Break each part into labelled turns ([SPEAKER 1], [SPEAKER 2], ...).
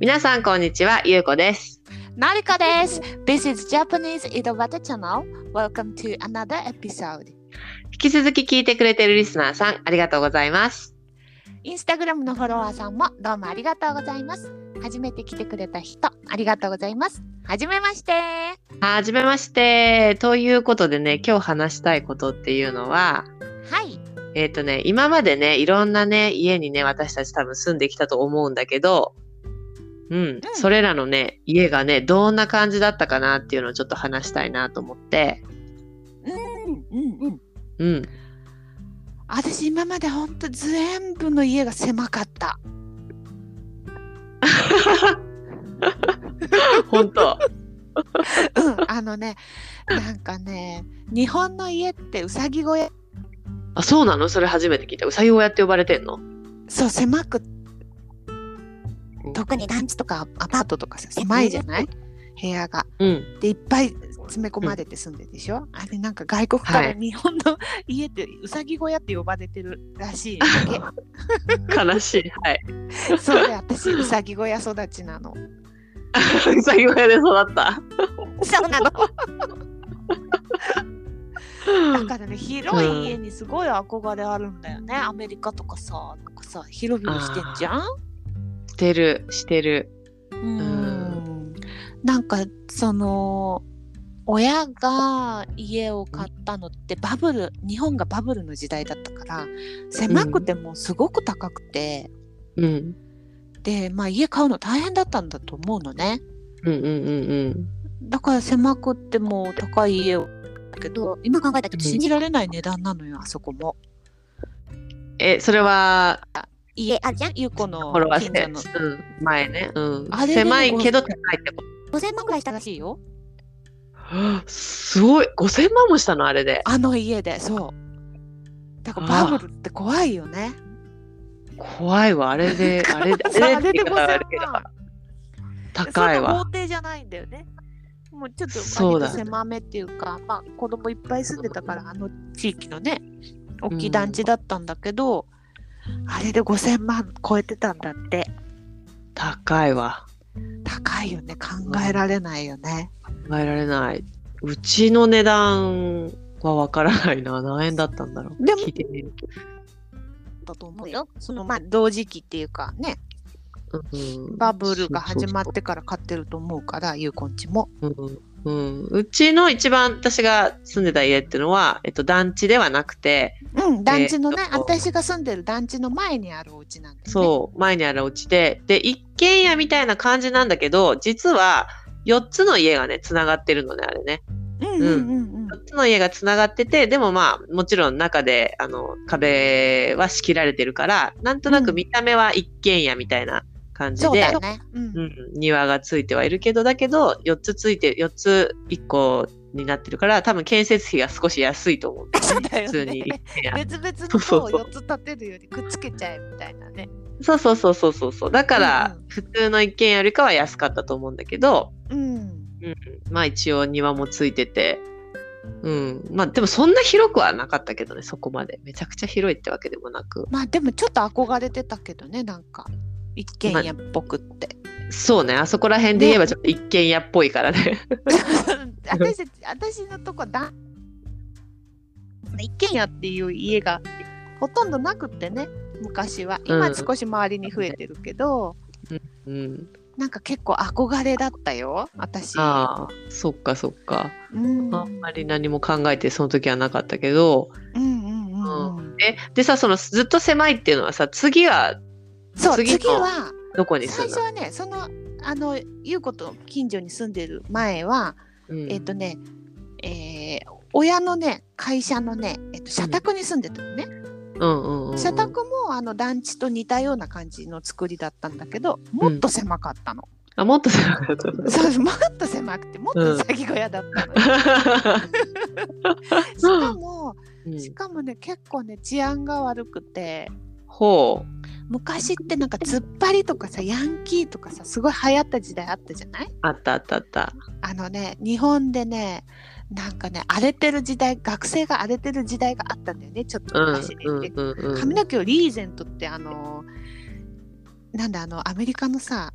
[SPEAKER 1] 皆さんこんにちは、ゆうこです。
[SPEAKER 2] Narika des. This is Japanese Idowata channel. Welcome to another episode.
[SPEAKER 1] 引き続き聞いてくれてるリスナーさん、ありがとうございます。
[SPEAKER 2] インスタグラムのフォロワーさんもどうもありがとうございます。初めて来てくれた人、ありがとうございます。はじめまして。
[SPEAKER 1] はじめまして。ということでね、今日話したいことっていうのは、
[SPEAKER 2] はい。
[SPEAKER 1] えっ、とね、今までね、いろんなね、家にね、私たち多分住んできたと思うんだけど、うん、それらのね、家がね、どんな感じだったかなっていうのをちょっと話したいなと思って、
[SPEAKER 2] うんうんうん。
[SPEAKER 1] うん、
[SPEAKER 2] 私今までほんと全部の家が狭かった。
[SPEAKER 1] 本 当。
[SPEAKER 2] うん。あのね、なんかね、日本の家ってうさぎ小屋、
[SPEAKER 1] あ、そうなのそれ初めて聞いた。うさぎ小屋って呼ばれてんの
[SPEAKER 2] そう狭く特に団地とかアパートとかさ狭いじゃない部屋が。
[SPEAKER 1] うん。
[SPEAKER 2] でいっぱい詰め込まれて住んでるでしょ、あれなんか外国か
[SPEAKER 1] は
[SPEAKER 2] ら
[SPEAKER 1] い
[SPEAKER 2] 日本の家ってうさぎ小屋って呼ばれてるらし いわ
[SPEAKER 1] 悲しい。はい。
[SPEAKER 2] けそうで私うさぎ小屋育ちなの
[SPEAKER 1] うさぎ小屋で育った。
[SPEAKER 2] そうなのだからね広い家にすごい憧れあるんだよねアメリカとかさなんかさ広々してんじゃん
[SPEAKER 1] してる、してる。
[SPEAKER 2] うん
[SPEAKER 1] ん
[SPEAKER 2] なんかその親が家を買ったのってバブル日本がバブルの時代だったから狭くてもすごく高くて、
[SPEAKER 1] うん。
[SPEAKER 2] で、まあ、家買うの大変だったんだと思うのね
[SPEAKER 1] うんうんうん
[SPEAKER 2] だから狭くても高い家をだけど今考えたけど信じられない値段なのよあそこも
[SPEAKER 1] うん。え、それは、
[SPEAKER 2] 家あるじゃんゆうこの
[SPEAKER 1] フォロワーし
[SPEAKER 2] 近
[SPEAKER 1] て、
[SPEAKER 2] 所
[SPEAKER 1] う
[SPEAKER 2] の
[SPEAKER 1] ん、前ね。うん
[SPEAKER 2] あ。れでも
[SPEAKER 1] 狭いけど高いってこ
[SPEAKER 2] 5000万くらいしたらしいよ
[SPEAKER 1] と。 すごい。5000万もしたのあれで。
[SPEAKER 2] あの家でそうだからバブルって怖いよね
[SPEAKER 1] 怖いわ、あれ で。あれで、
[SPEAKER 2] さ
[SPEAKER 1] あれでって言い方はあれで
[SPEAKER 2] 5000万
[SPEAKER 1] 高い
[SPEAKER 2] そんな
[SPEAKER 1] わ。
[SPEAKER 2] 豪邸じゃないんだよね。もうちょっと
[SPEAKER 1] そうだ
[SPEAKER 2] 割と狭めっていうか、まあ子供いっぱい住んでたから、あの地域のね、大きい団地だったんだけど、あれで5000万超えてたんだって。
[SPEAKER 1] 高いわ。
[SPEAKER 2] 高いよね、考えられないよね。
[SPEAKER 1] 考えられない。うちの値段はわからないな。何円だったんだろう。
[SPEAKER 2] でも
[SPEAKER 1] 聞いてみる。
[SPEAKER 2] だと思うよ。そのまあ同時期っていうかね、
[SPEAKER 1] うん
[SPEAKER 2] バブルが始まってから買ってると思うから、ゆうこんちも。
[SPEAKER 1] うんうん、うちの一番私が住んでた家っていうのは、えっと、団地ではなくて
[SPEAKER 2] うん、団地のね、
[SPEAKER 1] えーと
[SPEAKER 2] 私が住んでる団地の前にあるお家なんです、ね。
[SPEAKER 1] そう前にあるお家でで一軒家みたいな感じなんだけど実は4つの家がねつながってるのねあれね
[SPEAKER 2] う。うんうんうんうん。
[SPEAKER 1] 4つの家がつながっててでもまあもちろん中であの壁は仕切られてるからなんとなく見た目は一軒家みたいな感じで、
[SPEAKER 2] そうだよね。うん
[SPEAKER 1] うん、庭がついてはいるけどだけど4つついて4つ1個になってるから多分建設費が少し安いと思う
[SPEAKER 2] そうだよね
[SPEAKER 1] 普通に一軒家
[SPEAKER 2] 別々
[SPEAKER 1] そう
[SPEAKER 2] の
[SPEAKER 1] そ
[SPEAKER 2] 層
[SPEAKER 1] う
[SPEAKER 2] を
[SPEAKER 1] そう
[SPEAKER 2] 4つ立てるよりくっつけちゃえみたいなね。
[SPEAKER 1] そうそうそうそうそうそうだから、
[SPEAKER 2] うんうん
[SPEAKER 1] 普通の一軒家よりかは安かったと思うんだけど、
[SPEAKER 2] うん。
[SPEAKER 1] うん、まあ一応庭もついててうんまあでもそんな広くはなかったけどねそこまでめちゃくちゃ広いってわけでもなく
[SPEAKER 2] まあでもちょっと憧れてたけどね、なんか一軒家っぽくって。
[SPEAKER 1] そうねあそこら辺で言えばちょっと一軒家っぽいからね
[SPEAKER 2] 私たち私のとこだ一軒家っていう家がほとんどなくってね、昔は。
[SPEAKER 1] うん
[SPEAKER 2] 今少し周りに増えてるけど、
[SPEAKER 1] うん
[SPEAKER 2] なんか結構憧れだったよ、私。
[SPEAKER 1] ああそっかそっか
[SPEAKER 2] うん、
[SPEAKER 1] あんまり何も考えてその時はなかったけど
[SPEAKER 2] うんうんうんうん。
[SPEAKER 1] えでさそのずっと狭いっていうのはさ次は
[SPEAKER 2] そう、
[SPEAKER 1] 次の
[SPEAKER 2] 次は。
[SPEAKER 1] どこに
[SPEAKER 2] 最
[SPEAKER 1] 住ん
[SPEAKER 2] 初
[SPEAKER 1] だ
[SPEAKER 2] はねそのあの優子と近所に住んでる前は、
[SPEAKER 1] うん
[SPEAKER 2] えっ、とね、えー親のね会社のね、えっと社宅に住んでたのね、
[SPEAKER 1] うんうんうんうん
[SPEAKER 2] 社宅もあの団地と似たような感じの作りだったんだけどもっと狭かったの、
[SPEAKER 1] あもっと狭かった
[SPEAKER 2] そうもっと狭くてもっとうさぎ小屋だったのよ、 しかも
[SPEAKER 1] うん
[SPEAKER 2] しかもね結構ね治安が悪くて
[SPEAKER 1] ほう
[SPEAKER 2] 昔ってなんか突っ張りとかさヤンキーとかさすごい流行った時代あったじゃない
[SPEAKER 1] あったあったあった。
[SPEAKER 2] あのね日本でねなんかね荒れてる時代学生が荒れてる時代があったんだよねちょっと
[SPEAKER 1] うん
[SPEAKER 2] 昔に、
[SPEAKER 1] うんうんうん。
[SPEAKER 2] 髪の毛をリーゼントってあのーなんだあのアメリカのさ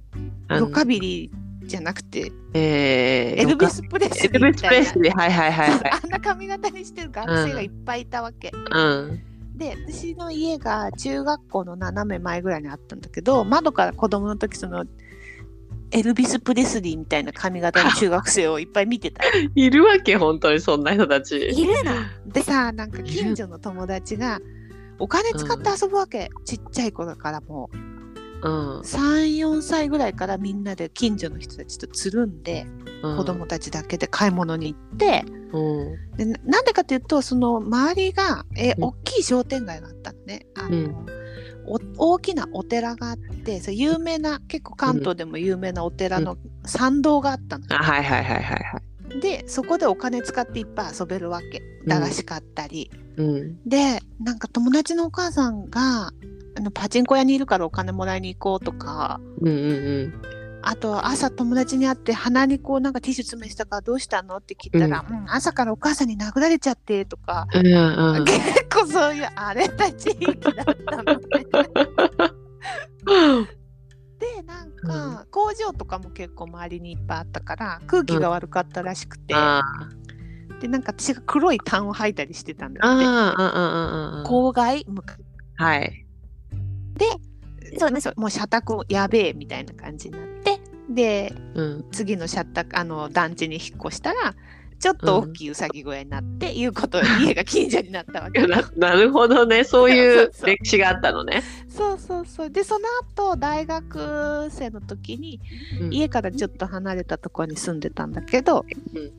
[SPEAKER 1] あの
[SPEAKER 2] ロカビリーじゃなくて
[SPEAKER 1] えー
[SPEAKER 2] エ
[SPEAKER 1] ロ
[SPEAKER 2] ルビ
[SPEAKER 1] カ
[SPEAKER 2] ス・プレス
[SPEAKER 1] エ
[SPEAKER 2] リー
[SPEAKER 1] ルビス・プレス
[SPEAKER 2] み
[SPEAKER 1] リーはいはい
[SPEAKER 2] た
[SPEAKER 1] はいい
[SPEAKER 2] な
[SPEAKER 1] は い
[SPEAKER 2] あんな髪型にしてる学生がいっぱいいたわけ、
[SPEAKER 1] うん
[SPEAKER 2] で私の家が中学校の斜め前ぐらいにあったんだけど窓から子供の時そのエルビス・プレスリーみたいな髪型の中学生をいっぱい見てた
[SPEAKER 1] いるわけ本当にそんな人たち
[SPEAKER 2] いるのでさなんか近所の友達がお金使って遊ぶわけ、ちっちゃい子だからもう
[SPEAKER 1] うん、
[SPEAKER 2] 34歳ぐらいからみんなで近所の人たちとつるんで
[SPEAKER 1] うん、
[SPEAKER 2] 子供たちだけで買い物に行って、
[SPEAKER 1] うん
[SPEAKER 2] でななんでかっていうとその周りがえ
[SPEAKER 1] うん
[SPEAKER 2] 大きい商店街があったのねあの、
[SPEAKER 1] うん
[SPEAKER 2] お大きなお寺があってそう有名な結構関東でも有名なお寺の参道があったの、
[SPEAKER 1] あはいはいはいはいはい
[SPEAKER 2] でそこでお金使っていっぱい遊べるわけ
[SPEAKER 1] うん
[SPEAKER 2] 駄菓子買ったり、
[SPEAKER 1] うん
[SPEAKER 2] でなんか友達のお母さんがあのパチンコ屋にいるからお金もらいに行こうとか
[SPEAKER 1] うんうん
[SPEAKER 2] あと朝友達に会って鼻にこうなんかティッシュ詰めしたからどうしたのって聞いたら、うん朝からお母さんに殴られちゃってとか、
[SPEAKER 1] うんうんうん
[SPEAKER 2] 結構そういう荒れた地域だった のね。でなんか工場とかも結構周りにいっぱいあったから空気が悪かったらしくて、
[SPEAKER 1] あ
[SPEAKER 2] でなんか私が黒い痰を吐いたりしてたん
[SPEAKER 1] ああああ
[SPEAKER 2] だって
[SPEAKER 1] あああ
[SPEAKER 2] 公害向か
[SPEAKER 1] はい
[SPEAKER 2] そうなんですよもう社宅やべえみたいな感じになってで
[SPEAKER 1] うん
[SPEAKER 2] 次の社宅あの団地に引っ越したらちょっと大きいうさぎ小屋になって、いうこと家が近所になったわ け
[SPEAKER 1] ななるほどねそうい
[SPEAKER 2] そううそう
[SPEAKER 1] 歴史があったのね、
[SPEAKER 2] そうそうそうでその後大学生の時に
[SPEAKER 1] うん
[SPEAKER 2] 家からちょっと離れたところに住んでたんだけど、
[SPEAKER 1] うん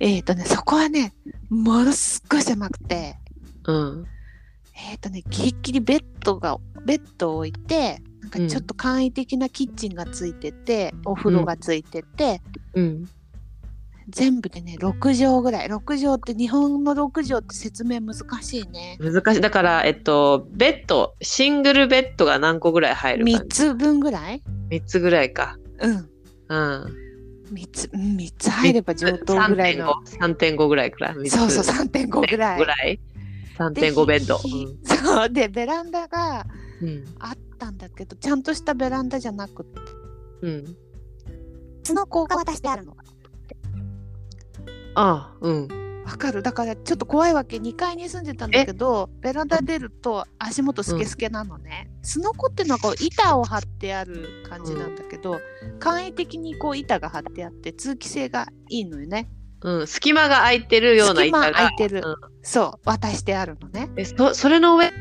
[SPEAKER 2] えっ、とねそこはねものすっごい狭くて
[SPEAKER 1] うん
[SPEAKER 2] えっ、とねぎっきりベッドがベッドを置いてなんかちょっと簡易的なキッチンがついてて、お風呂がついてて、
[SPEAKER 1] うん
[SPEAKER 2] 全部でね6畳ぐらい6畳って日本の6畳って説明難しいね
[SPEAKER 1] 難しいだからえっとベッドシングルベッドが何個ぐらい入るか
[SPEAKER 2] 3つ分ぐらい
[SPEAKER 1] 3つぐらいか
[SPEAKER 2] うん
[SPEAKER 1] うん
[SPEAKER 2] 3つうん3つ入れば上等ぐらいの
[SPEAKER 1] 3.53.5ぐらいくらい
[SPEAKER 2] そうそう
[SPEAKER 1] 3.5
[SPEAKER 2] 3.5ぐらい
[SPEAKER 1] ぐらい3.5ベッド
[SPEAKER 2] でひひそうでベランダが
[SPEAKER 1] うん
[SPEAKER 2] あったんだけどちゃんとしたベランダじゃなくて
[SPEAKER 1] うん、うん、
[SPEAKER 2] ツノコが渡してあるの
[SPEAKER 1] ああうん
[SPEAKER 2] わかるだからちょっと怖いわけ2階に住んでたんだけどベランダ出ると足元スケスケなのね、スノコってのはこう板を張ってある感じなんだけど、簡易的にこう板が張ってあって通気性がいいのよね
[SPEAKER 1] うん隙間が空いてるような
[SPEAKER 2] 隙間
[SPEAKER 1] 板
[SPEAKER 2] 空
[SPEAKER 1] が
[SPEAKER 2] いてる、
[SPEAKER 1] うん
[SPEAKER 2] そう渡してあるのね
[SPEAKER 1] えそそれの上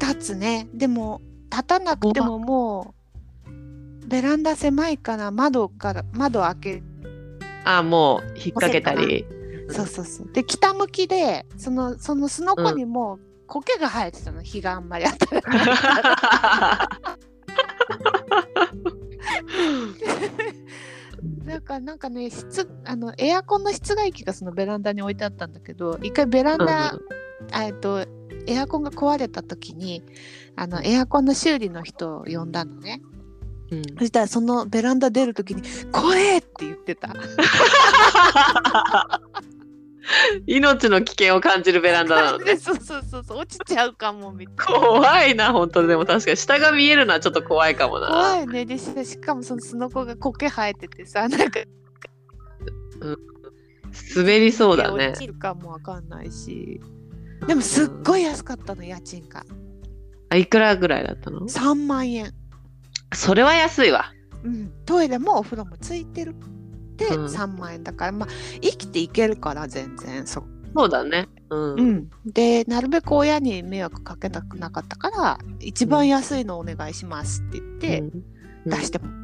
[SPEAKER 2] 立つねでも立たなくてももうベランダ狭いから窓から窓開け
[SPEAKER 1] ああもう引っ掛けたり
[SPEAKER 2] そうそうそう。で北向きでそのそのすのこにも苔が生えてたの、日があんまり当たらない。なんかなんかね室あのエアコンの室外機がそのベランダに置いてあったんだけど一回ベランダ、あえっとエアコンが壊れた時にあのエアコンの修理の人を呼んだのね
[SPEAKER 1] うんうん
[SPEAKER 2] そしたらそのベランダ出る時に「怖え!」って言ってた
[SPEAKER 1] 命の危険を感じるベランダ なのね。
[SPEAKER 2] そうそうそうそう落ちちゃうかもみたいな
[SPEAKER 1] 怖いな、本当に。でも確かに下が見えるのはちょっと怖いかもな。
[SPEAKER 2] 怖いねでししかもそのすのこが苔生えててさなんか
[SPEAKER 1] 滑りそうだ
[SPEAKER 2] 落
[SPEAKER 1] ね。
[SPEAKER 2] ちるかもわかんないしでもすっごい安かったの家賃が
[SPEAKER 1] あいくらぐらいだったの
[SPEAKER 2] 3万円、
[SPEAKER 1] それは安いわ。
[SPEAKER 2] うん、トイレもお風呂もついてるで
[SPEAKER 1] うん
[SPEAKER 2] 3万円だから、まあ生きていけるから全然そ、
[SPEAKER 1] そうだね。うん。
[SPEAKER 2] うでなるべく親に迷惑かけたくなかったから一番安いのお願いしますって言って、
[SPEAKER 1] うん
[SPEAKER 2] 出してもらっ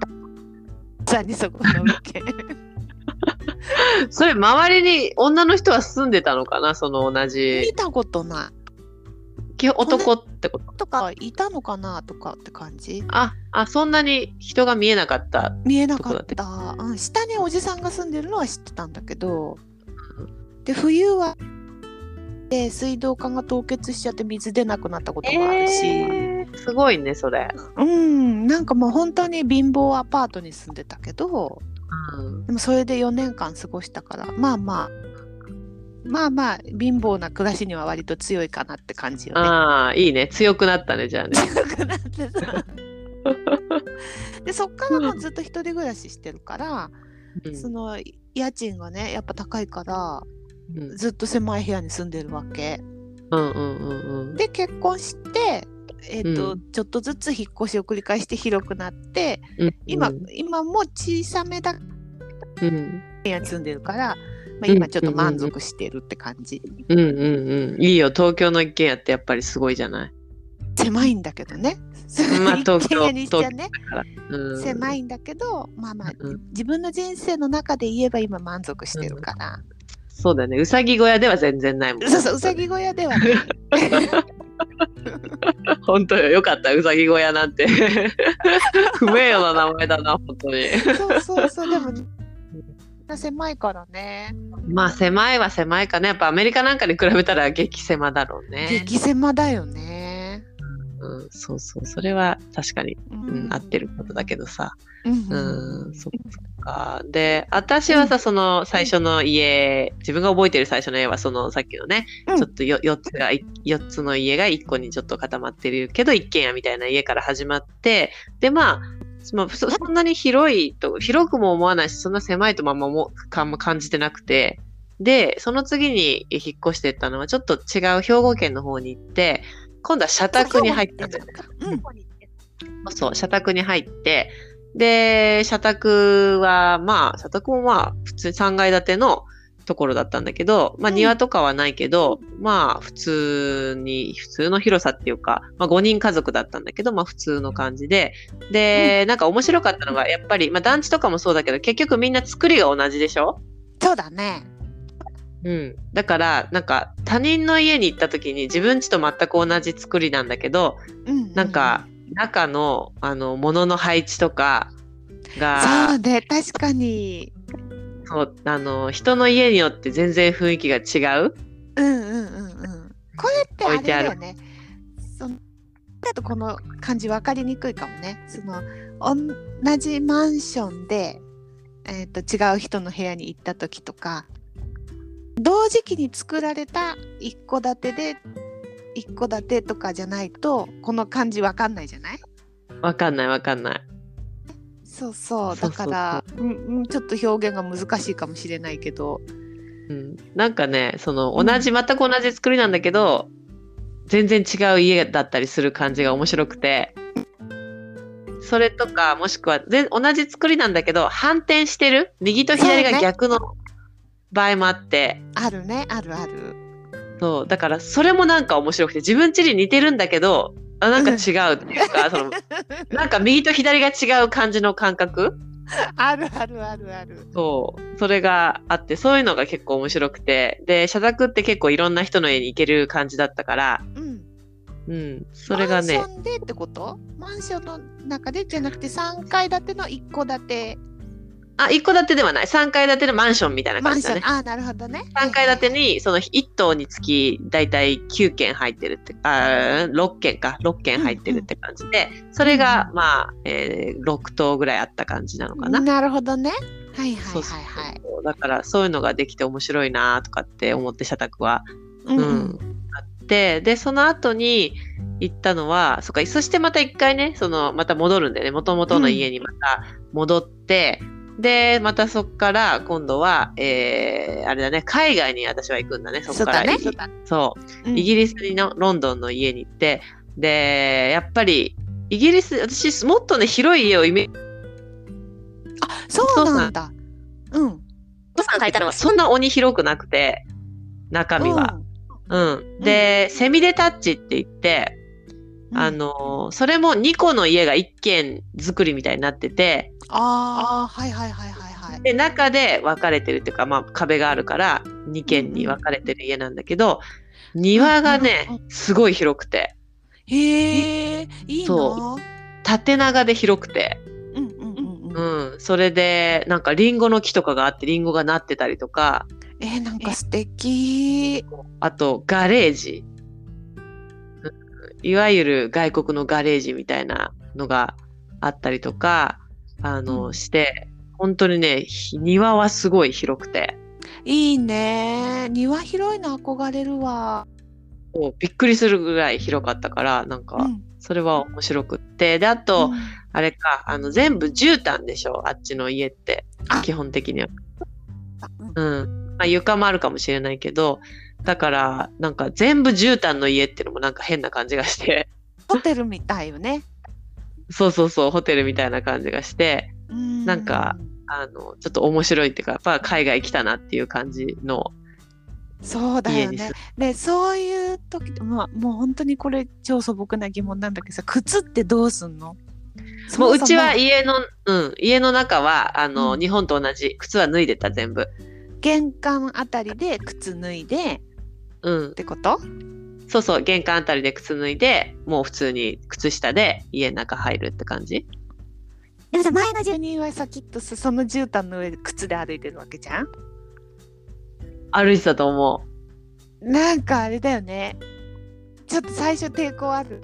[SPEAKER 2] た、さらにそこの 物件
[SPEAKER 1] それ周りに女の人は住んでたのかなその同じ
[SPEAKER 2] 見たことな
[SPEAKER 1] 基本男ってこと
[SPEAKER 2] いとかいたのかなとかって感じ
[SPEAKER 1] ああそんなに人が見えなかった
[SPEAKER 2] 見えなかった、うん、下におじさんが住んでるのは知ってたんだけどで冬はで水道管が凍結しちゃって水出なくなったこともあるし、
[SPEAKER 1] すごいねそれ、
[SPEAKER 2] うんなんかもう本当に貧乏アパートに住んでたけど
[SPEAKER 1] うん
[SPEAKER 2] でもそれで4年間過ごしたからまあまあまあまあ貧乏な暮らしには割と強いかなって感じよね。
[SPEAKER 1] ああ、いいね。強くなったね、じゃあね。
[SPEAKER 2] 強 くなってさでそっからもうずっと一人暮らししてるから、
[SPEAKER 1] うん
[SPEAKER 2] その家賃がねやっぱ高いから
[SPEAKER 1] うん
[SPEAKER 2] ずっと狭い部屋に住んでるわけ。
[SPEAKER 1] うんうんうん
[SPEAKER 2] で結婚して、えーと
[SPEAKER 1] う
[SPEAKER 2] ちょっとずつ引っ越しを繰り返して広くなって
[SPEAKER 1] うん。
[SPEAKER 2] 今,、
[SPEAKER 1] うん
[SPEAKER 2] 今も小さめだ
[SPEAKER 1] うん
[SPEAKER 2] 部屋に住んでるから、まあ、
[SPEAKER 1] うん
[SPEAKER 2] 今ちょっと満足してるって感じ。
[SPEAKER 1] うんうんうん。いいよ、東京の一軒家ってやっぱりすごいじゃない。
[SPEAKER 2] 狭いんだけどね。
[SPEAKER 1] まあ 東京
[SPEAKER 2] 一軒家にしちゃね
[SPEAKER 1] うん、
[SPEAKER 2] 狭
[SPEAKER 1] い。
[SPEAKER 2] いんだけどまあまあ、
[SPEAKER 1] うん
[SPEAKER 2] 自分の人生の中で言えば今満足してるから、
[SPEAKER 1] そうだよね。うさぎ小屋では全然ないもん。
[SPEAKER 2] そうそううさぎ小屋ではね
[SPEAKER 1] 本当よ、よかった、うさぎ小屋なんて。 不名誉な名前だな、本当に。
[SPEAKER 2] そうそうそうでも 狭いからね
[SPEAKER 1] まあ、狭いは狭いかね。やっぱアメリカなんかに比べたら激狭だろうね。
[SPEAKER 2] 激狭だよね、
[SPEAKER 1] うん、そうそう、それは確かに、
[SPEAKER 2] う
[SPEAKER 1] うん、合ってることだけどさ。
[SPEAKER 2] うん
[SPEAKER 1] うん、そっか。で、私はさ、その最初の家、自分が覚えてる最初の家は、そのさっきのね、
[SPEAKER 2] うん
[SPEAKER 1] ちょっとよ4つが、4つの家が1個にちょっと固まってるけど、一軒家みたいな家から始まって、で、まあ、まあそそんなに広いと、広くも思わないし、そんな狭いとまあまあも感も感じてなくて、で、その次に引っ越してったのは、ちょっと違う兵庫県の方に行って、今度は社宅に入ったのよ
[SPEAKER 2] うん
[SPEAKER 1] そう、社宅に入って、で、社宅は、まあ、社宅もまあ、普通に3階建てのところだったんだけど、まあ、
[SPEAKER 2] うん
[SPEAKER 1] 庭とかはないけど、まあ、普通に、普通の広さっていうか、まあ、5人家族だったんだけど、まあ、普通の感じで、で、なんか面白かったのが、やっぱり、まあ、団地とかもそうだけど、結局みんな作りが同じでしょ
[SPEAKER 2] そうだね
[SPEAKER 1] うん、だからなんか他人の家に行った時に自分家と全く同じ作りなんだけど
[SPEAKER 2] うん
[SPEAKER 1] なんか中のあの物の配置とか
[SPEAKER 2] そ
[SPEAKER 1] が
[SPEAKER 2] うね確かに
[SPEAKER 1] そうあの人の家によって全然雰囲気が違う。
[SPEAKER 2] うんうんうんうんこれってあれだよ
[SPEAKER 1] 置
[SPEAKER 2] ねそのだとこの感じ分かりにくいかもねそのおん同じマンションで、えー、と違う人の部屋に行った時とか同時期に作られた一戸建てで一戸建てとかじゃないとこの感じ分かんないじゃない
[SPEAKER 1] わかんないわかんない。
[SPEAKER 2] そうそう
[SPEAKER 1] そうそ
[SPEAKER 2] だ
[SPEAKER 1] うそ
[SPEAKER 2] か
[SPEAKER 1] う
[SPEAKER 2] らうんうんちょっと表現が難しいかもしれないけど
[SPEAKER 1] うん、なんかねその同じ全く同じ作りなんだけど全然違う家だったりする感じが面白くてそれとかもしくは全同じ作りなんだけど反転してる右と左が逆の場合もあって
[SPEAKER 2] あるねあるある。
[SPEAKER 1] そうだからそれもなんか面白くて自分ちに似てるんだけどあなんか違うっていうか そのなんか右と左が違う感じの感覚
[SPEAKER 2] あるあるあるある。
[SPEAKER 1] そうそれがあってそういうのが結構面白くてで社宅って結構いろんな人の家に行ける感じだったから
[SPEAKER 2] うん。
[SPEAKER 1] うん、それがね
[SPEAKER 2] マン、ションでってことマンションの中でじゃなくて3階建ての1戸建て
[SPEAKER 1] あ、一戸建てではない、三階建てのマンションみたいな
[SPEAKER 2] マ
[SPEAKER 1] 感
[SPEAKER 2] ン
[SPEAKER 1] じ
[SPEAKER 2] シ
[SPEAKER 1] だ
[SPEAKER 2] ョン、
[SPEAKER 1] ね。
[SPEAKER 2] ああなるほどね
[SPEAKER 1] 三階建てに、その一棟につき、だいたい9軒入ってるって、あー、6軒か、6軒入ってるって感じで、それが、まあ、えー、6棟ぐらいあった感じなのかな。
[SPEAKER 2] なるほどねはいは
[SPEAKER 1] そ
[SPEAKER 2] いう
[SPEAKER 1] そう
[SPEAKER 2] はいはい
[SPEAKER 1] そうだから、そういうのができて面白いなとかって思って、社宅は。
[SPEAKER 2] う
[SPEAKER 1] うんあってでその後に行ったのはそっかそしてまた一回ねそのまた戻るんだよね元々の家にまた戻って、でまたそこから今度は、えーあれだね海外に私は行くんだねそ
[SPEAKER 2] そ
[SPEAKER 1] こ
[SPEAKER 2] う
[SPEAKER 1] から
[SPEAKER 2] だね
[SPEAKER 1] イギそう、イギ
[SPEAKER 2] リ
[SPEAKER 1] リスのロンドンの家に行ってでやっぱりイギリス私もっとね広い家をイメージ
[SPEAKER 2] スそうなんだうん
[SPEAKER 1] お父さんがいたのはそんな鬼広くなくて中身は。うん、で、セミデタッチって言って
[SPEAKER 2] うん
[SPEAKER 1] あのーそれも2個の家が1軒作りみたいになってて
[SPEAKER 2] ああはいはいはいはいはい
[SPEAKER 1] で中で分かれてるっていうか、まあ、壁があるから2軒に分かれてる家なんだけど庭が
[SPEAKER 2] うんう
[SPEAKER 1] ねすごい広くて
[SPEAKER 2] へえいいな
[SPEAKER 1] そ縦長で広くて、
[SPEAKER 2] うんうんうん
[SPEAKER 1] う
[SPEAKER 2] うん
[SPEAKER 1] ん、それでなんかリンゴの木とかがあってリンゴがなってたりとか
[SPEAKER 2] えーなんか素敵
[SPEAKER 1] あとガレージうんいわゆる外国のガレージみたいなのがあったりとかあの、
[SPEAKER 2] うん
[SPEAKER 1] して本当にねひ庭はすごい広くて。
[SPEAKER 2] いいね庭広いの憧れるわ、
[SPEAKER 1] こうびっくりするぐらい広かったからなんか
[SPEAKER 2] うん
[SPEAKER 1] それは面白くってであと、
[SPEAKER 2] うん
[SPEAKER 1] あれかあの全部絨毯でしょあっちの家って
[SPEAKER 2] あ
[SPEAKER 1] 基本的には、
[SPEAKER 2] うん
[SPEAKER 1] うんまあ、床もあるかもしれないけどだからなんか全部絨毯の家っていうのもなんか変な感じがして
[SPEAKER 2] ホテルみたいよね、
[SPEAKER 1] そうそうそうホテルみたいな感じがして
[SPEAKER 2] う
[SPEAKER 1] なんかあのちょっと面白いっていうかやっぱ海外来たなっていう感じの
[SPEAKER 2] そうだ
[SPEAKER 1] 家
[SPEAKER 2] よ
[SPEAKER 1] に住
[SPEAKER 2] ね
[SPEAKER 1] ん
[SPEAKER 2] でそういう時まあもう本当にこれ超素朴な疑問なんだけどさ靴ってどうすんのそ
[SPEAKER 1] もう
[SPEAKER 2] も
[SPEAKER 1] う
[SPEAKER 2] そも
[SPEAKER 1] ちは家の、うん、家の中はあの、
[SPEAKER 2] うん
[SPEAKER 1] 日本と同じ靴は脱いでた全部。
[SPEAKER 2] 玄関あたりで靴脱いで
[SPEAKER 1] うん
[SPEAKER 2] っ、てこと
[SPEAKER 1] そうそう玄関あたりで靴脱いでもう普通に靴下で家の中入るって感じ
[SPEAKER 2] でもさ前の住人はさきっとさその絨毯の上で靴で歩いてるわけじゃん
[SPEAKER 1] 歩いてたと思う
[SPEAKER 2] なんかあれだよねちょっと最初抵抗ある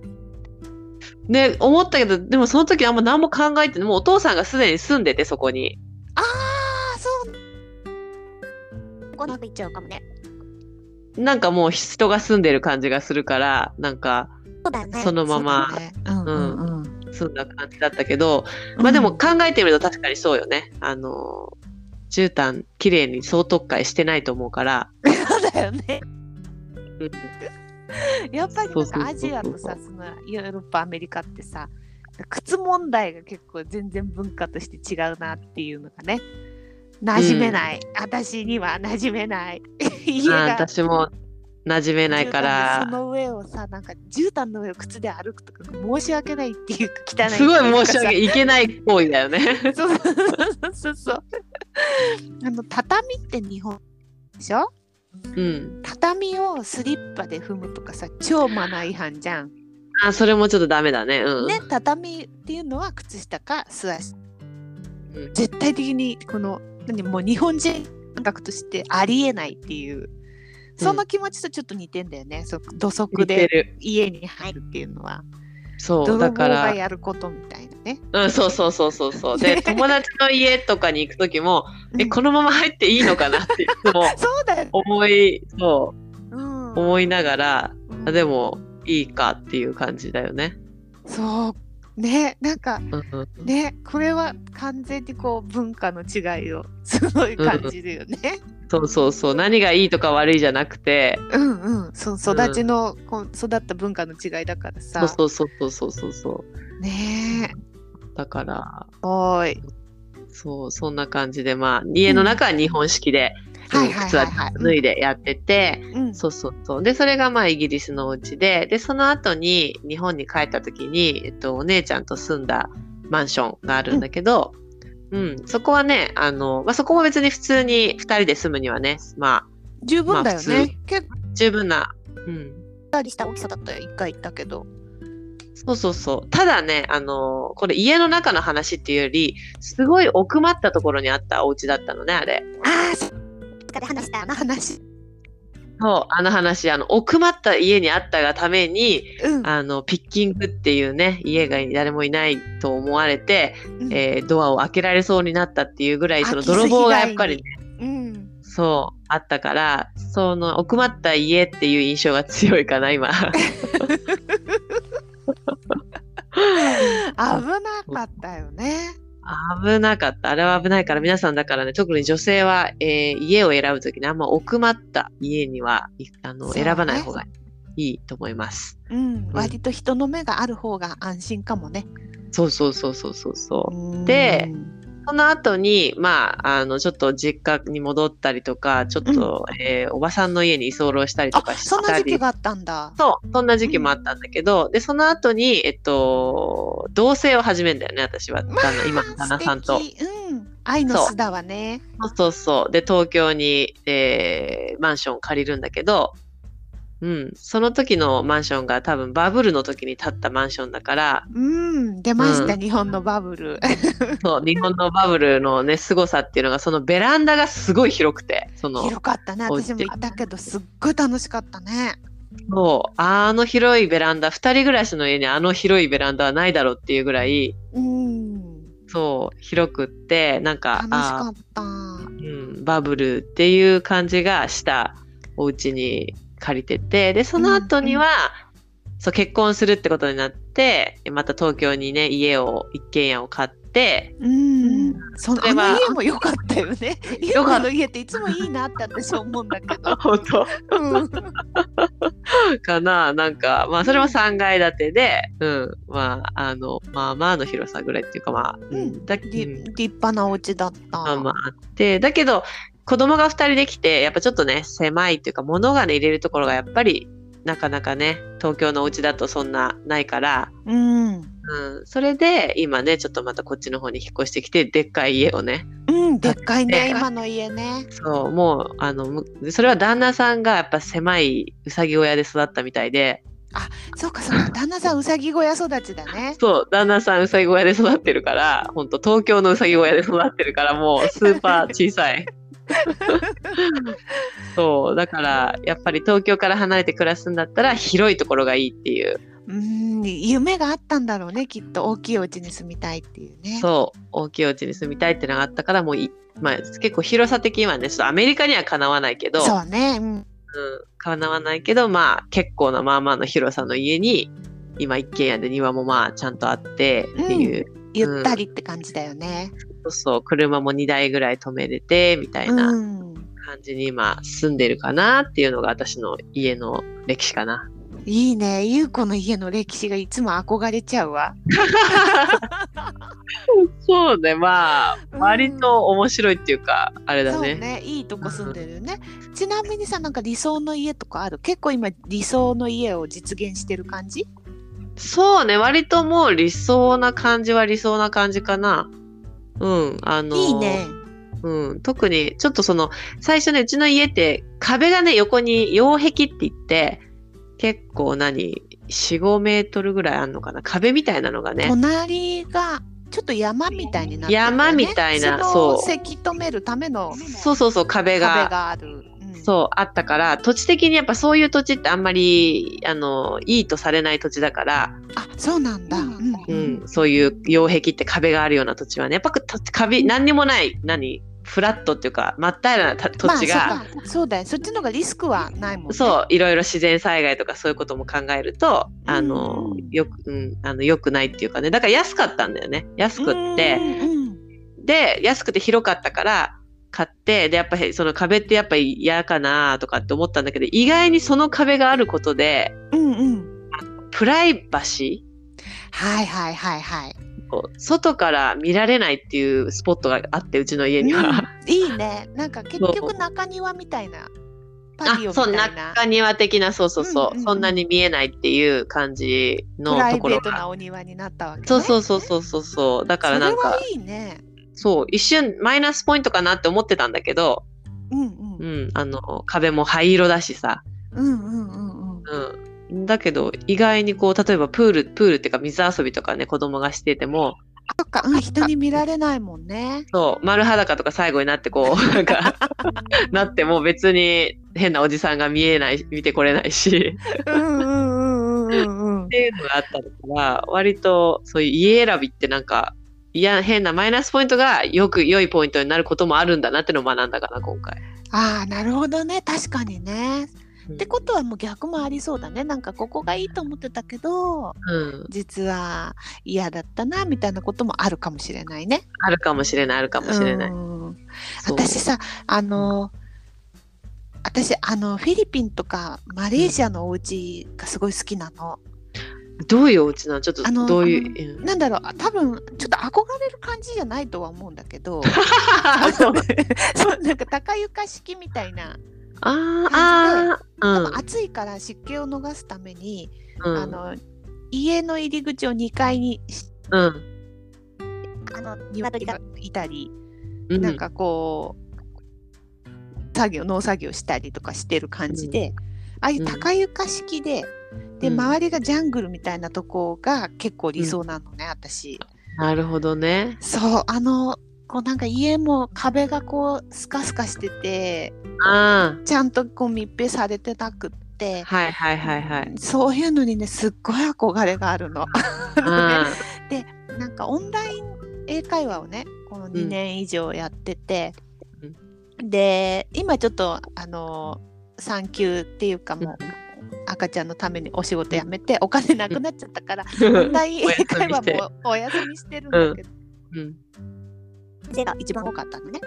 [SPEAKER 1] ね思ったけどでもその時あんま何も考えてないもうお父さんがすでに住んでてそこに
[SPEAKER 2] ああそうこの行っちゃうかもね
[SPEAKER 1] なんかもう人が住んでる感じがするからなんか
[SPEAKER 2] そうだ
[SPEAKER 1] ねそのまま
[SPEAKER 2] うだねうんうんうん
[SPEAKER 1] 住んだ感じだったけどまあでも
[SPEAKER 2] うん
[SPEAKER 1] 考えてみると確かにそうよねあの絨毯綺麗に総特会してないと思うから、
[SPEAKER 2] そうだよね
[SPEAKER 1] うん
[SPEAKER 2] やっぱり
[SPEAKER 1] そうんそうそ
[SPEAKER 2] な
[SPEAKER 1] うそう
[SPEAKER 2] かアジアとさそのヨーロッパアメリカってさ靴問題が結構全然文化として違うなっていうのがね馴染めない、私には馴染めない 家
[SPEAKER 1] まあ
[SPEAKER 2] が
[SPEAKER 1] 私も馴染めないか
[SPEAKER 2] 絨毯で
[SPEAKER 1] ら
[SPEAKER 2] その上をさなんか絨毯の上を靴で歩くとか申し訳ないっていうか汚いっていうかさ
[SPEAKER 1] すごい申し訳いけない行為だよね
[SPEAKER 2] そうそうそうそうあの畳って日本でしょ
[SPEAKER 1] うん
[SPEAKER 2] 畳をスリッパで踏むとかさ超マナー違反じゃん
[SPEAKER 1] あ、それもちょっとダメだね。うん。
[SPEAKER 2] ね、畳っていうのは靴下か素足、
[SPEAKER 1] うん
[SPEAKER 2] 絶対的にこの何もう日本人感覚としてありえないっていうその気持ちとちょっと似てんだよね、そ土足
[SPEAKER 1] 似て
[SPEAKER 2] で
[SPEAKER 1] る。
[SPEAKER 2] 家に入るっていうのは
[SPEAKER 1] そう、
[SPEAKER 2] 泥棒
[SPEAKER 1] だか
[SPEAKER 2] が
[SPEAKER 1] ら。
[SPEAKER 2] やることみたいなね。
[SPEAKER 1] うん、そうそうそうそうそう。 で、友達の家とかに行くときも、え、
[SPEAKER 2] うん
[SPEAKER 1] このまま入っていいのかなっていつも
[SPEAKER 2] そうだよ、、
[SPEAKER 1] 思い、そううん思いながら、
[SPEAKER 2] うん
[SPEAKER 1] あでも、いいかっていう感じだよね。
[SPEAKER 2] そうねなんか
[SPEAKER 1] うんうん、
[SPEAKER 2] ねこれは完全にこう文化の違いをすごい感じるよね。
[SPEAKER 1] そうそうそう。何がいいとか悪いじゃなくて、
[SPEAKER 2] うんうん、そう
[SPEAKER 1] うん
[SPEAKER 2] 育ちの、こう育った文化の違いだからさ
[SPEAKER 1] そうそうそうそうそうそうそう。
[SPEAKER 2] ねえ
[SPEAKER 1] だから、
[SPEAKER 2] おーい
[SPEAKER 1] そう、そんな感じで、まあ、家の中は日本式で、
[SPEAKER 2] はいはい
[SPEAKER 1] 靴
[SPEAKER 2] はい
[SPEAKER 1] は
[SPEAKER 2] はい。
[SPEAKER 1] 脱いでやってて、
[SPEAKER 2] うん
[SPEAKER 1] そうそうそう。で、それがまあイギリスのお家で、で、その後に日本に帰った時に、えっと、お姉ちゃんと住んだマンションがあるんだけど、うん、そこはね、あの、まあ、そこも別に普通に2人で住むにはね、ま
[SPEAKER 2] 十分だよ
[SPEAKER 1] まあ普
[SPEAKER 2] ね。結構
[SPEAKER 1] あ、十分な、うん、
[SPEAKER 2] たりした大きさだったよ、一回行ったけど。
[SPEAKER 1] そうそうそう。ただね、あの、これ家の中の話っていうより、すごい奥まったところにあったお家だったのね、あれ。
[SPEAKER 2] ああ、そっかで話したあの話。
[SPEAKER 1] そう、あの話、あの、奥まった家にあったがために、
[SPEAKER 2] うん。
[SPEAKER 1] あの、ピッキングっていうね、家が誰もいないと思われて、
[SPEAKER 2] うん
[SPEAKER 1] えードアを開けられそうになったっていうぐらいその泥棒がやっぱりね
[SPEAKER 2] うん。
[SPEAKER 1] そうあったからその奥まった家っていう印象が強いかな 今
[SPEAKER 2] 危なかったよね。
[SPEAKER 1] 危なかったあれは危ないから皆さんだからね特に女性は、えー家を選ぶ時にあんま奥まった家にはいあの、
[SPEAKER 2] そうね
[SPEAKER 1] 選ばない方がいいと思います
[SPEAKER 2] うん、割と人の目がある方が安心かもね。
[SPEAKER 1] そうそうそうそうそうそう
[SPEAKER 2] うん
[SPEAKER 1] で、その後に、まあ、あの、ちょっと実家に戻ったりとか、ちょっと、えーおばさんの家に居候したりと
[SPEAKER 2] あ
[SPEAKER 1] かしたり。
[SPEAKER 2] そんな時期があったんだ。
[SPEAKER 1] そう、そんな時期もあったんだけど、で、その後に、えっと、同棲を始めるんだよね、私は。
[SPEAKER 2] まあ
[SPEAKER 1] 旦那今の旦那さんと
[SPEAKER 2] 素。敵うん。愛の巣だわね。
[SPEAKER 1] そうそうそう。で、東京に、えーマンションを借りるんだけど、うん、その時のマンションが多分バブルの時に建ったマンションだ から、
[SPEAKER 2] うん、出ました、
[SPEAKER 1] う
[SPEAKER 2] 日本のバブル。
[SPEAKER 1] そう、日本のバブルのね、凄さっていうのが、そのベランダがすごい広くて、その、
[SPEAKER 2] 広かったね。
[SPEAKER 1] お家
[SPEAKER 2] 私も行ったけど、すっごい楽しかったね。
[SPEAKER 1] そう、あの広いベランダ、二人暮らしの家にあの広いベランダはないだろうっていうぐらい、
[SPEAKER 2] うん。
[SPEAKER 1] そう広くってなんか
[SPEAKER 2] 楽し
[SPEAKER 1] あ
[SPEAKER 2] かった。
[SPEAKER 1] ーうん、バブルっていう感じがしたお家に借りててでその後には、そう結婚するってことになってまた東京にね家を一軒家を買って
[SPEAKER 2] うん、その
[SPEAKER 1] それ
[SPEAKER 2] あ
[SPEAKER 1] は
[SPEAKER 2] の家も良かったよ ね。家
[SPEAKER 1] 良かった
[SPEAKER 2] の家っていつもいいなって私は思うんだけど。
[SPEAKER 1] 本当
[SPEAKER 2] うん
[SPEAKER 1] かななんかまあそれも3階建てで、うん、まああのまあまあの広さぐらいっていうかまあ、う
[SPEAKER 2] うん
[SPEAKER 1] ん、だ
[SPEAKER 2] り
[SPEAKER 1] うん
[SPEAKER 2] 立派なお家だった。
[SPEAKER 1] まあまああってだけど子供が2人できてやっぱちょっとね狭いっていうか物がね入れるところがやっぱりなかなかね東京のお家だとそんなないから、
[SPEAKER 2] うん、
[SPEAKER 1] うん、それで今ねちょっとまたこっちの方に引っ越してきてでっかい家をね
[SPEAKER 2] うん、でっかいね
[SPEAKER 1] ね
[SPEAKER 2] 今の家ね。
[SPEAKER 1] そうもうあのむそれは旦那さんがやっぱ狭いうさぎ小屋で育ったみたいで
[SPEAKER 2] そうかそうか旦那さんうさぎ小屋育ちだね。
[SPEAKER 1] そう旦那さんうさぎ小屋で育ってるから本当東京のうさぎ小屋で育ってるからもうスーパー小さ いそうだからやっぱり東京から離れて暮らすんだったら広いところがいいっていう
[SPEAKER 2] うん夢があったんだろうねきっと大きいお家に住みたいっていうね。
[SPEAKER 1] そう大きいお家に住みたいってのがあったからもういまあ、結構広さ的にはねちょっとアメリカにはかなわないけど
[SPEAKER 2] そうね、うん、
[SPEAKER 1] うん、かなわないけどまあ結構なまあまあの広さの家に今一軒家で庭もまあちゃんとあってっていう、
[SPEAKER 2] ゆったりって感じだよね。
[SPEAKER 1] そうそう車も2台ぐらい止めれてみたいな
[SPEAKER 2] うん
[SPEAKER 1] 感じに今住んでるかなっていうのが私の家の歴史かな。
[SPEAKER 2] いいねゆうこの家の歴史がいつも憧れちゃうわ。
[SPEAKER 1] そうねまあ
[SPEAKER 2] うん
[SPEAKER 1] 割と面白いっていうか、あれだ
[SPEAKER 2] そう
[SPEAKER 1] ね
[SPEAKER 2] ねいいとこ住んでるよね。ちなみにさなんか理想の家とかある結構今理想の家を実現してる感じ
[SPEAKER 1] そうね割ともう理想な感じは理想な感じかな。うんあの
[SPEAKER 2] いいね。
[SPEAKER 1] うん、特にちょっとその最初ねうちの家って壁がね横に擁壁って言って結構何45メートルぐらいあんのかな壁みたいなのがね
[SPEAKER 2] 隣がちょっと山みたいになってる、ね、
[SPEAKER 1] 山みたいな
[SPEAKER 2] そ
[SPEAKER 1] そうう
[SPEAKER 2] せき止めるための
[SPEAKER 1] そうそうそう壁
[SPEAKER 2] 壁
[SPEAKER 1] が
[SPEAKER 2] がある、うん
[SPEAKER 1] そうあったから土地的にやっぱそういう土地ってあんまりあのいいとされない土地だから、
[SPEAKER 2] あそうなんだ、うん
[SPEAKER 1] うんそういう擁壁って壁があるような土地はねやっぱと壁何にもない何フラットっていうか真っ平らなた土地が。
[SPEAKER 2] まあ、そうかそうだよそっちの方がリスクはないもんね
[SPEAKER 1] そういろいろ自然災害とかそういうことも考えるとあ
[SPEAKER 2] うん
[SPEAKER 1] の、
[SPEAKER 2] うん
[SPEAKER 1] よく、うん、あのよくないっていうかねだから安かったんだよね安くって
[SPEAKER 2] うんうん
[SPEAKER 1] で安くて広かったから買ってでやっぱりその壁ってやっぱり嫌かなとかって思ったんだけど意外にその壁があることで
[SPEAKER 2] うんうん
[SPEAKER 1] プライバシ
[SPEAKER 2] はいはいはいはい、
[SPEAKER 1] ーこう外から見られないっていうスポットが あってうちの家には、
[SPEAKER 2] うんいいねなんか結
[SPEAKER 1] そ
[SPEAKER 2] 局
[SPEAKER 1] う
[SPEAKER 2] 中庭みたいなパ
[SPEAKER 1] あ
[SPEAKER 2] ティオみ
[SPEAKER 1] そう
[SPEAKER 2] たいな
[SPEAKER 1] 中庭的なそうそうそう,、
[SPEAKER 2] うんうんうん
[SPEAKER 1] そんなに見えないっていう感じ
[SPEAKER 2] プ
[SPEAKER 1] の
[SPEAKER 2] ラ
[SPEAKER 1] と
[SPEAKER 2] イ
[SPEAKER 1] こ
[SPEAKER 2] ベ
[SPEAKER 1] ろ
[SPEAKER 2] ート
[SPEAKER 1] が
[SPEAKER 2] なお庭になったわけ、ね、
[SPEAKER 1] そうそううそうそうそうそうだからなん
[SPEAKER 2] そ
[SPEAKER 1] か
[SPEAKER 2] れはいいね
[SPEAKER 1] そう、一瞬マイナスポイントかなって思ってたんだけど、
[SPEAKER 2] うんう
[SPEAKER 1] うんん、あの、壁も灰色だしさ、
[SPEAKER 2] うんうんうんうん
[SPEAKER 1] うん。だけど、意外にこう、例えばプール、プールっていうか水遊びとかね、子供がしてても、
[SPEAKER 2] そっか、うん、人に見られないもんね。
[SPEAKER 1] そう、丸裸とか最後になってこう、 なんか、なっても別に変なおじさんが見えない、見てこれないし、っ
[SPEAKER 2] うんうんうんうんうん。
[SPEAKER 1] ていうのがあったから、割とそういう家選びってなんか、いや、変なマイナスポイントがよく良いポイントになることもあるんだなってのを学んだかな、今回。
[SPEAKER 2] ああ、なるほどね、確かにね。
[SPEAKER 1] うん
[SPEAKER 2] ってことはもう逆もありそうだね。なんかここがいいと思ってたけど、
[SPEAKER 1] うん。
[SPEAKER 2] 実は嫌だったなみたいなこともあるかもしれないね。
[SPEAKER 1] あるかもしれない、あるかもしれない。
[SPEAKER 2] うん
[SPEAKER 1] そう
[SPEAKER 2] 私さ、あの。私あのフィリピンとかマレーシアのお家がすごい好きなの。
[SPEAKER 1] どういうお家なのちょっと
[SPEAKER 2] あの
[SPEAKER 1] どういう。うん
[SPEAKER 2] なんだろうあ多分ちょっと憧れる感じじゃないとは思うんだけ ど
[SPEAKER 1] そう
[SPEAKER 2] そうなんか高床式みたいな
[SPEAKER 1] あー
[SPEAKER 2] 多
[SPEAKER 1] あ
[SPEAKER 2] 分暑いから湿気を逃すために、
[SPEAKER 1] ー、うん。
[SPEAKER 2] あの家の入り口を2階にし
[SPEAKER 1] うん、
[SPEAKER 2] あの鶏がいたり、
[SPEAKER 1] うん。
[SPEAKER 2] なんかこう作業農作業したりとかしてる感じで、ああいう高床式で、で
[SPEAKER 1] うん
[SPEAKER 2] 周りがジャングルみたいなとこが結構理想なのね、私。
[SPEAKER 1] なるほどね。
[SPEAKER 2] そうあのこうなんか家も壁がこうスカスカしてて
[SPEAKER 1] あ
[SPEAKER 2] ちゃんとこう密閉されてなくって
[SPEAKER 1] あ、。はいはいはいはい。
[SPEAKER 2] そういうのにねすっごい憧れがあるの。
[SPEAKER 1] あ
[SPEAKER 2] なんかオンライン英会話をねこの2年以上やってて、
[SPEAKER 1] うん
[SPEAKER 2] で今ちょっとあの産休っていうかもう赤ちゃんのためにお仕事辞めてお金なくなっちゃったから オンライン英会話もお休みしてるんだけど、
[SPEAKER 1] うん
[SPEAKER 2] で一番多かったのね。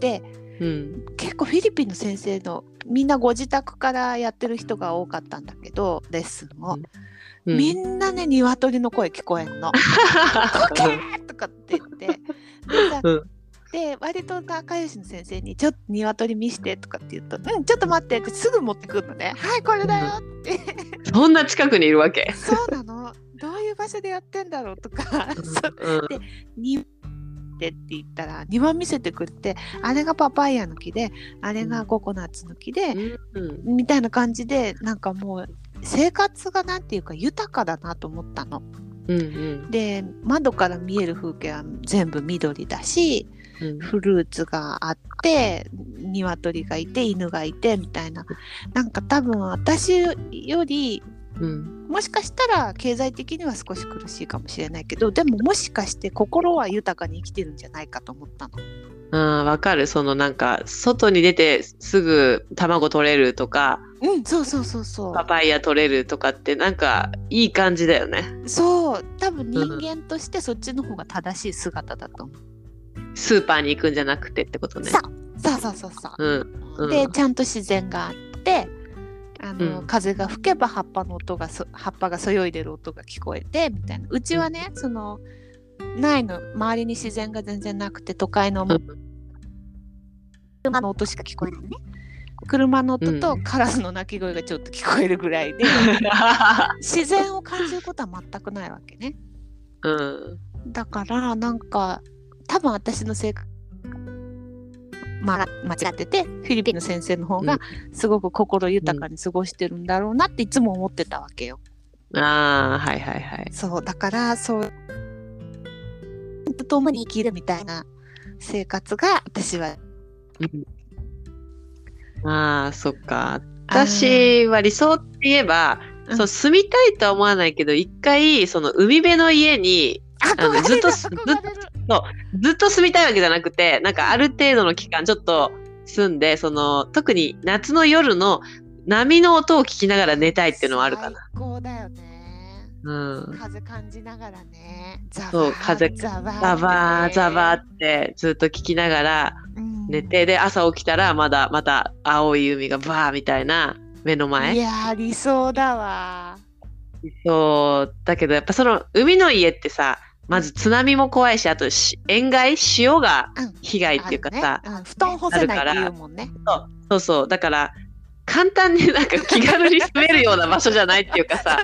[SPEAKER 2] で
[SPEAKER 1] うん
[SPEAKER 2] 結構フィリピンの先生のみんなご自宅からやってる人が多かったんだけどレッスンを、
[SPEAKER 1] うん
[SPEAKER 2] みんなね鶏の声聞こえんの。コケーとかって 言って。でさ
[SPEAKER 1] うん
[SPEAKER 2] で割と仲良しの先生に「ちょっと鶏見して」とかって言うと「うんちょっと待って」ってすぐ持ってくるのね「はいこれだよ」って
[SPEAKER 1] そんな近くにいるわけ。
[SPEAKER 2] そうなのどういう場所でやってんだろうとか「 そう
[SPEAKER 1] うん
[SPEAKER 2] で庭って」って言ったら庭見せてくれてあれがパパイヤの木であれがココナッツの木で
[SPEAKER 1] うん
[SPEAKER 2] みたいな感じでなんかもう生活がなんていうか豊かだなと思ったの。
[SPEAKER 1] うんうん
[SPEAKER 2] で窓から見える風景は全部緑だし
[SPEAKER 1] うん
[SPEAKER 2] フルーツがあって鶏がいて犬がいてみたいななんか多分私より
[SPEAKER 1] うん
[SPEAKER 2] もしかしたら経済的には少し苦しいかもしれないけどでももしかして心は豊かに生きてるんじゃないかと思ったの。
[SPEAKER 1] あーわかるそのなんか外に出てすぐ卵取れるとか
[SPEAKER 2] うん、そうそうそうそ
[SPEAKER 1] パパイヤ取れるとかってなんかいい感じだよね
[SPEAKER 2] うそう多分人間としてそっちの方が正しい姿だと思う。
[SPEAKER 1] スーパーに行くんじゃなくてってことね
[SPEAKER 2] さそうそうそうそう。
[SPEAKER 1] うん うん
[SPEAKER 2] でちゃんと自然があってあの、
[SPEAKER 1] うん
[SPEAKER 2] 風が吹けば葉っぱの音がそ葉っぱがそよいでる音が聞こえてみたいなうちはねそのないの周りに自然が全然なくて都会の
[SPEAKER 1] ん
[SPEAKER 2] 車の音しか聞こえないね車の音
[SPEAKER 1] う
[SPEAKER 2] とカラスの鳴き声がちょっと聞こえるぐら いで、自然を感じることは全くないわけね
[SPEAKER 1] うん
[SPEAKER 2] だからなんか多分私の性格まあ、間違っててフィリピンの先生の方
[SPEAKER 1] う
[SPEAKER 2] が
[SPEAKER 1] ん
[SPEAKER 2] すごく心豊かに過ごしてるんだろうなっていつも思ってたわけよ。
[SPEAKER 1] ああはいはいはい
[SPEAKER 2] そうだからそうと共に生きるみたいな生活が私は
[SPEAKER 1] ああそっか私は理想って言えば、
[SPEAKER 2] うん
[SPEAKER 1] そう住みたいとは思わないけど一回その海辺の家に
[SPEAKER 2] あ
[SPEAKER 1] あの
[SPEAKER 2] の
[SPEAKER 1] ずっと
[SPEAKER 2] 憧れる憧れる
[SPEAKER 1] ずっと住みたいわけじゃなくてなんかある程度の期間ちょっと住んでその特に夏の夜の波の音を聞きながら寝たいっていうのはあるかな。
[SPEAKER 2] 最高だよね。
[SPEAKER 1] うん、
[SPEAKER 2] 風感じながらね。
[SPEAKER 1] そう風ザ
[SPEAKER 2] ざわ
[SPEAKER 1] バーザバー
[SPEAKER 2] ーって
[SPEAKER 1] ってずっと聞きながら
[SPEAKER 2] ね
[SPEAKER 1] 寝てで朝起きたらまだまた青い海がバーみたいな目の
[SPEAKER 2] い
[SPEAKER 1] 前
[SPEAKER 2] やー理想だわ。
[SPEAKER 1] そうだけどやっぱその海の家ってさまず津波も怖いしあとし塩害潮が
[SPEAKER 2] うん
[SPEAKER 1] 被害っていうかさ、
[SPEAKER 2] あるねうん布団干せないっていうもんね。
[SPEAKER 1] そうそうだから簡単になんか気軽に住めるような場所じゃないっていうかさ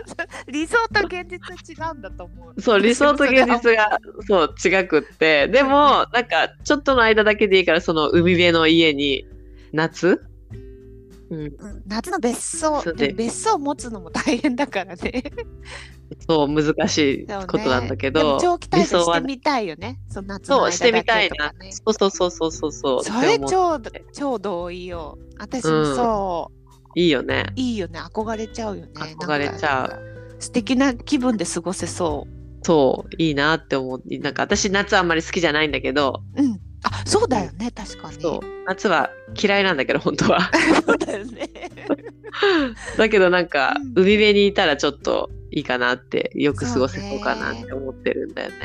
[SPEAKER 2] 理想と現実は違うんだと思う。
[SPEAKER 1] そう理想と現実がそう違くってでもなんかちょっとの間だけでいいからその海辺の家に夏、うん、
[SPEAKER 2] うん夏の別荘
[SPEAKER 1] そうで
[SPEAKER 2] でも別荘持つのも大変だ からね。
[SPEAKER 1] そう難しいことなんだけ
[SPEAKER 2] で
[SPEAKER 1] ど、
[SPEAKER 2] も長期滞在
[SPEAKER 1] 理想
[SPEAKER 2] して
[SPEAKER 1] は
[SPEAKER 2] みたいよね。そう夏の
[SPEAKER 1] そう
[SPEAKER 2] 間
[SPEAKER 1] してみたい
[SPEAKER 2] だけと
[SPEAKER 1] な
[SPEAKER 2] かね
[SPEAKER 1] そうそうそうそうそうそう
[SPEAKER 2] それ
[SPEAKER 1] って思う
[SPEAKER 2] 超超同意よ。私もそう、
[SPEAKER 1] いいよね
[SPEAKER 2] いいよね憧れちゃうよね。
[SPEAKER 1] 憧れちゃう
[SPEAKER 2] う。素敵な気分で過ごせそ
[SPEAKER 1] そういいなって思うなんか私夏あんまり好きじゃないんだけど
[SPEAKER 2] う。うん。あそうだよね確かに。
[SPEAKER 1] そう夏は嫌いなんだけど本当は
[SPEAKER 2] そうだよね。
[SPEAKER 1] だけどなんか、
[SPEAKER 2] うん
[SPEAKER 1] 海辺にいたらちょっといいかなってよく過ごせ
[SPEAKER 2] そう
[SPEAKER 1] そ
[SPEAKER 2] ね
[SPEAKER 1] うかなって思ってるんだよね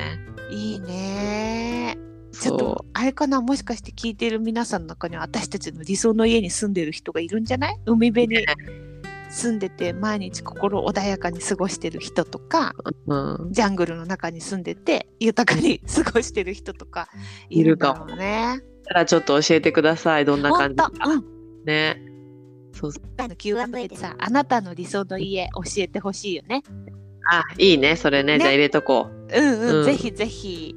[SPEAKER 2] いいね。ちょ
[SPEAKER 1] そ
[SPEAKER 2] っとあれかなもしかして聞いてる皆さんの中には私たちの理想の家に住んでる人がいるんじゃない海辺に住んでて毎日心穏やかに過ごしてる人とか
[SPEAKER 1] う、うん、
[SPEAKER 2] ジャングルの中に住んでて豊かに過ごしてる人とか
[SPEAKER 1] い
[SPEAKER 2] い
[SPEAKER 1] る
[SPEAKER 2] る
[SPEAKER 1] か
[SPEAKER 2] か
[SPEAKER 1] も
[SPEAKER 2] もね。
[SPEAKER 1] たらちょっと教えてくださいどんな
[SPEAKER 2] ほん
[SPEAKER 1] 感じ
[SPEAKER 2] と
[SPEAKER 1] か、
[SPEAKER 2] うん、
[SPEAKER 1] ねそう
[SPEAKER 2] あの Q&A でさあなたの理想の家教えてほしいよね。
[SPEAKER 1] あいいねそれね
[SPEAKER 2] ね
[SPEAKER 1] じゃあ入れとこう
[SPEAKER 2] うんうん、
[SPEAKER 1] うん
[SPEAKER 2] ぜひぜひ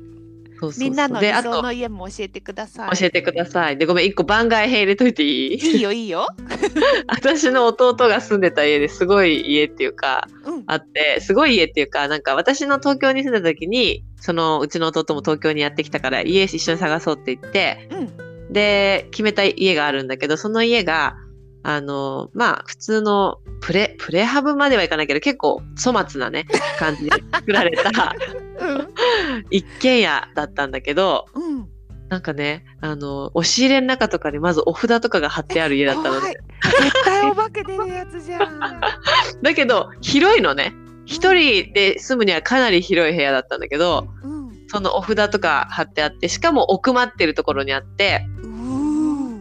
[SPEAKER 1] そうそうそう
[SPEAKER 2] みんなの理
[SPEAKER 1] であ
[SPEAKER 2] 想
[SPEAKER 1] と
[SPEAKER 2] の家も教えてください。
[SPEAKER 1] 教えてくださいでごめん一個番外編入れといていい
[SPEAKER 2] いいよいいよ。
[SPEAKER 1] 私の弟が住んでた家ですごい家っていうか
[SPEAKER 2] うん、
[SPEAKER 1] あってすごい家っていうかなんか私の東京に住んだ時にそのうちの弟も東京にやってきたから家一緒に探そうって言って
[SPEAKER 2] うん
[SPEAKER 1] で決めた家があるんだけどその家があのまあ普通のプレプレハブまではいかないけど結構粗末なね感じで作られた一軒家だったんだけど、
[SPEAKER 2] うんうん
[SPEAKER 1] なんかね、あの、押し入れの中とかにまずお札とかが貼ってある家だったの
[SPEAKER 2] 怖い
[SPEAKER 1] で。
[SPEAKER 2] 絶対お化け出るやつじゃん
[SPEAKER 1] だけど、広いのね。一人で住むにはかなり広い部屋だったんだけど、
[SPEAKER 2] うん
[SPEAKER 1] そのお札とか貼ってあって、しかも奥まってるところにあって、
[SPEAKER 2] うー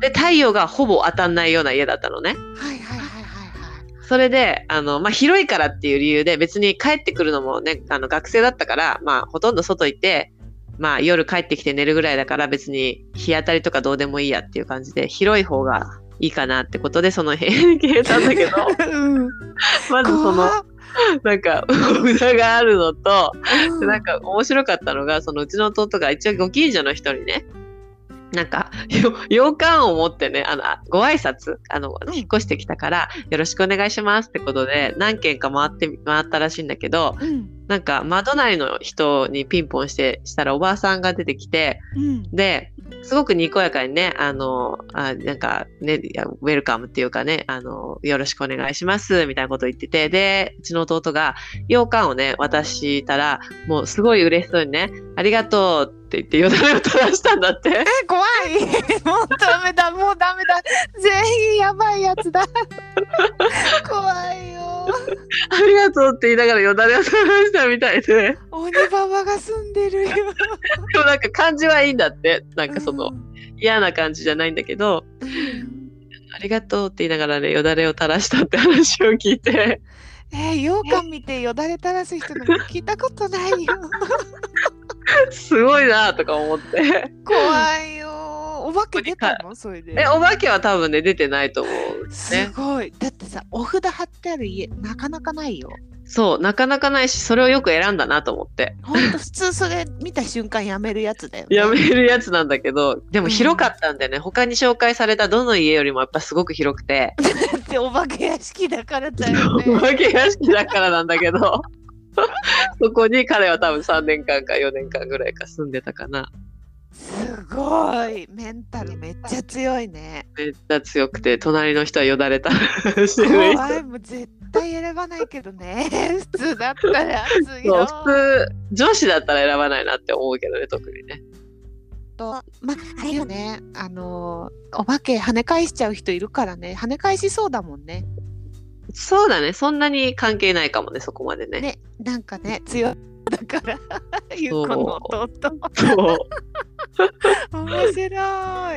[SPEAKER 1] で、太陽がほぼ当たんないような家だったのね。
[SPEAKER 2] はいはいはいはいはい
[SPEAKER 1] それで、あの、まあ、広いからっていう理由で、別に帰ってくるのもね、あの、学生だったから、まあ、ほとんど外行って、まあ、夜帰ってきて寝るぐらいだから、別に日当たりとかどうでもいいやっていう感じで、広い方がいいかなってことで、その部屋に決めたん だけど、
[SPEAKER 2] うん
[SPEAKER 1] まずその、
[SPEAKER 2] 怖っ
[SPEAKER 1] なんか、札があるのと、
[SPEAKER 2] うん
[SPEAKER 1] なんか面白かったのが、そのうちの弟が一応ご近所の人にね、なんか、よ洋館を持ってね、あの、あご挨拶、あの
[SPEAKER 2] う、ん
[SPEAKER 1] 引っ越してきたから、よろしくお願いしますってことで、何軒か回って、回ったらしいんだけど、
[SPEAKER 2] うん
[SPEAKER 1] なんか、窓内の人にピンポンして、したらおばあさんが出てきて、
[SPEAKER 2] うん
[SPEAKER 1] で、すごくにこやかにね、あの、あなんかね、いやウェルカムっていうかね、あの、よろしくお願いします、みたいなこと言ってて、で、うちの弟が、羊羹をね、渡したら、もうすごい嬉しそうにね、ありがとうって言って、よだれを垂らしたんだって。
[SPEAKER 2] え怖い もうダメだもうダメだ全員やばいやつだ怖いよ
[SPEAKER 1] ありがとうって言いながらよだれを垂らしたみたいで、で
[SPEAKER 2] 鬼ババが住んでるよ
[SPEAKER 1] もなんか感じはいいんだって、なんかその
[SPEAKER 2] う、ん
[SPEAKER 1] 嫌な感じじゃないんだけど、
[SPEAKER 2] うん
[SPEAKER 1] ありがとうって言いながらね、よだれを垂らしたって話を聞いて、
[SPEAKER 2] えー、羊羹見てよだれ垂らす人なんか聞いたことないよ
[SPEAKER 1] すごいなとか思って。
[SPEAKER 2] 怖いよお化け出たのそれで
[SPEAKER 1] え、お化けは多分ね、出てないと思う。
[SPEAKER 2] すごいだってさお札貼ってある家なかなかないよ
[SPEAKER 1] そう、なかなかないし、それをよく選んだなと思って。
[SPEAKER 2] ほんと普通それ見た瞬間やめるやつだよ、ね、
[SPEAKER 1] やめるやつなんだけど、でも広かったんでね、他に紹介されたどの家よりもやっぱすごく広くて、
[SPEAKER 2] だってお化け屋敷だからだ
[SPEAKER 1] お
[SPEAKER 2] よ ね
[SPEAKER 1] 化け屋敷だからなんだけど、 そこに彼は多分3年間か4年間ぐらいか住んでたかな。
[SPEAKER 2] すごいメンタルめっちゃ強いね
[SPEAKER 1] めっちゃ強くて、隣の人はよだれたしてる人。
[SPEAKER 2] 怖いもう絶対選ばないけどね 普通だったら次
[SPEAKER 1] そう
[SPEAKER 2] の
[SPEAKER 1] 普通女子だったら選ばないなって思うけどね特にね
[SPEAKER 2] とまああれよねあのーお化け跳ね返しちゃう人いるからね跳ね返しそうだもんね
[SPEAKER 1] そうだねそんなに関係ないかもねそこまでね
[SPEAKER 2] ねなんかね強いだからゆうこの弟
[SPEAKER 1] そう
[SPEAKER 2] 面白い
[SPEAKER 1] な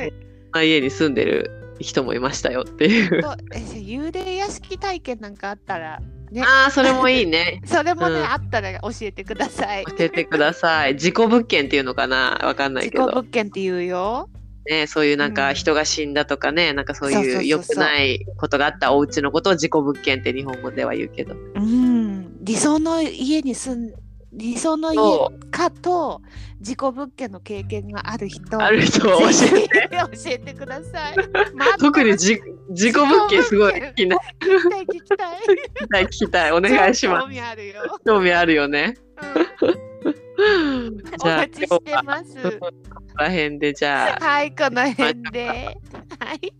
[SPEAKER 1] 家に住んでる人もいましたよっていう。
[SPEAKER 2] とえ幽霊屋敷体験なんかあったらね
[SPEAKER 1] ああ、それもいい ね。
[SPEAKER 2] それもね、
[SPEAKER 1] うん
[SPEAKER 2] あったら教えてください
[SPEAKER 1] 教えてください。自己物件っていうのかなわかんない
[SPEAKER 2] 事
[SPEAKER 1] け
[SPEAKER 2] 故
[SPEAKER 1] ど
[SPEAKER 2] 物。件って言うよ
[SPEAKER 1] ね、そういうなん
[SPEAKER 2] う
[SPEAKER 1] か
[SPEAKER 2] ん
[SPEAKER 1] 人が死んだとかね、なんかそう
[SPEAKER 2] そうそうそう
[SPEAKER 1] い
[SPEAKER 2] そう
[SPEAKER 1] う良くないことがあったお家のことを自己物件って日本語では言うけど。
[SPEAKER 2] うん理想の家に住ん理想の
[SPEAKER 1] そ
[SPEAKER 2] 家かと事故物件の経験がある人
[SPEAKER 1] ある人を教
[SPEAKER 2] ぜ
[SPEAKER 1] え
[SPEAKER 2] ひ
[SPEAKER 1] て。
[SPEAKER 2] 教えてください。待って
[SPEAKER 1] 特に
[SPEAKER 2] ます
[SPEAKER 1] じ自己物件すごい
[SPEAKER 2] 自己
[SPEAKER 1] 聞き
[SPEAKER 2] 物件
[SPEAKER 1] な
[SPEAKER 2] 聞きた
[SPEAKER 1] 聞きた
[SPEAKER 2] い聞きたい。
[SPEAKER 1] い聞きたい。お願いしま
[SPEAKER 2] 興味あるよ。
[SPEAKER 1] す。興味あるよね。
[SPEAKER 2] うんお
[SPEAKER 1] じゃあ
[SPEAKER 2] 待ち
[SPEAKER 1] 今日
[SPEAKER 2] して
[SPEAKER 1] はこ
[SPEAKER 2] ます。
[SPEAKER 1] こら辺でじゃあ。
[SPEAKER 2] はい、この辺で。はい。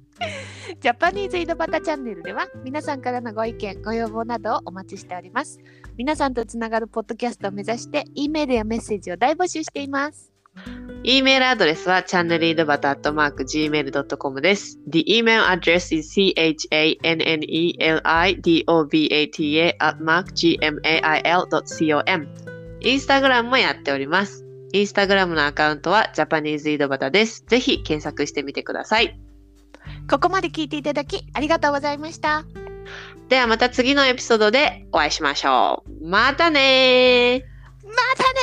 [SPEAKER 2] ジャパニーズ井戸端チャンネルでは皆さんからのご意見、ご要望などをお待ちしております。皆さんとつながるポッドキャストを目指して、E メールやメッセージを大募集しています。
[SPEAKER 1] E メールアドレスは channelidobata.gmail.com です。The email address is chanelidobata.gmail.com インスタグラムもやっております。インスタグラムのアカウントはジャパニーズ井戸端です。ぜひ検索してみてください。
[SPEAKER 2] ここまで聞いていただきありがとうございました。
[SPEAKER 1] ではまた次のエピソードでお会いしましょう。またねー
[SPEAKER 2] またね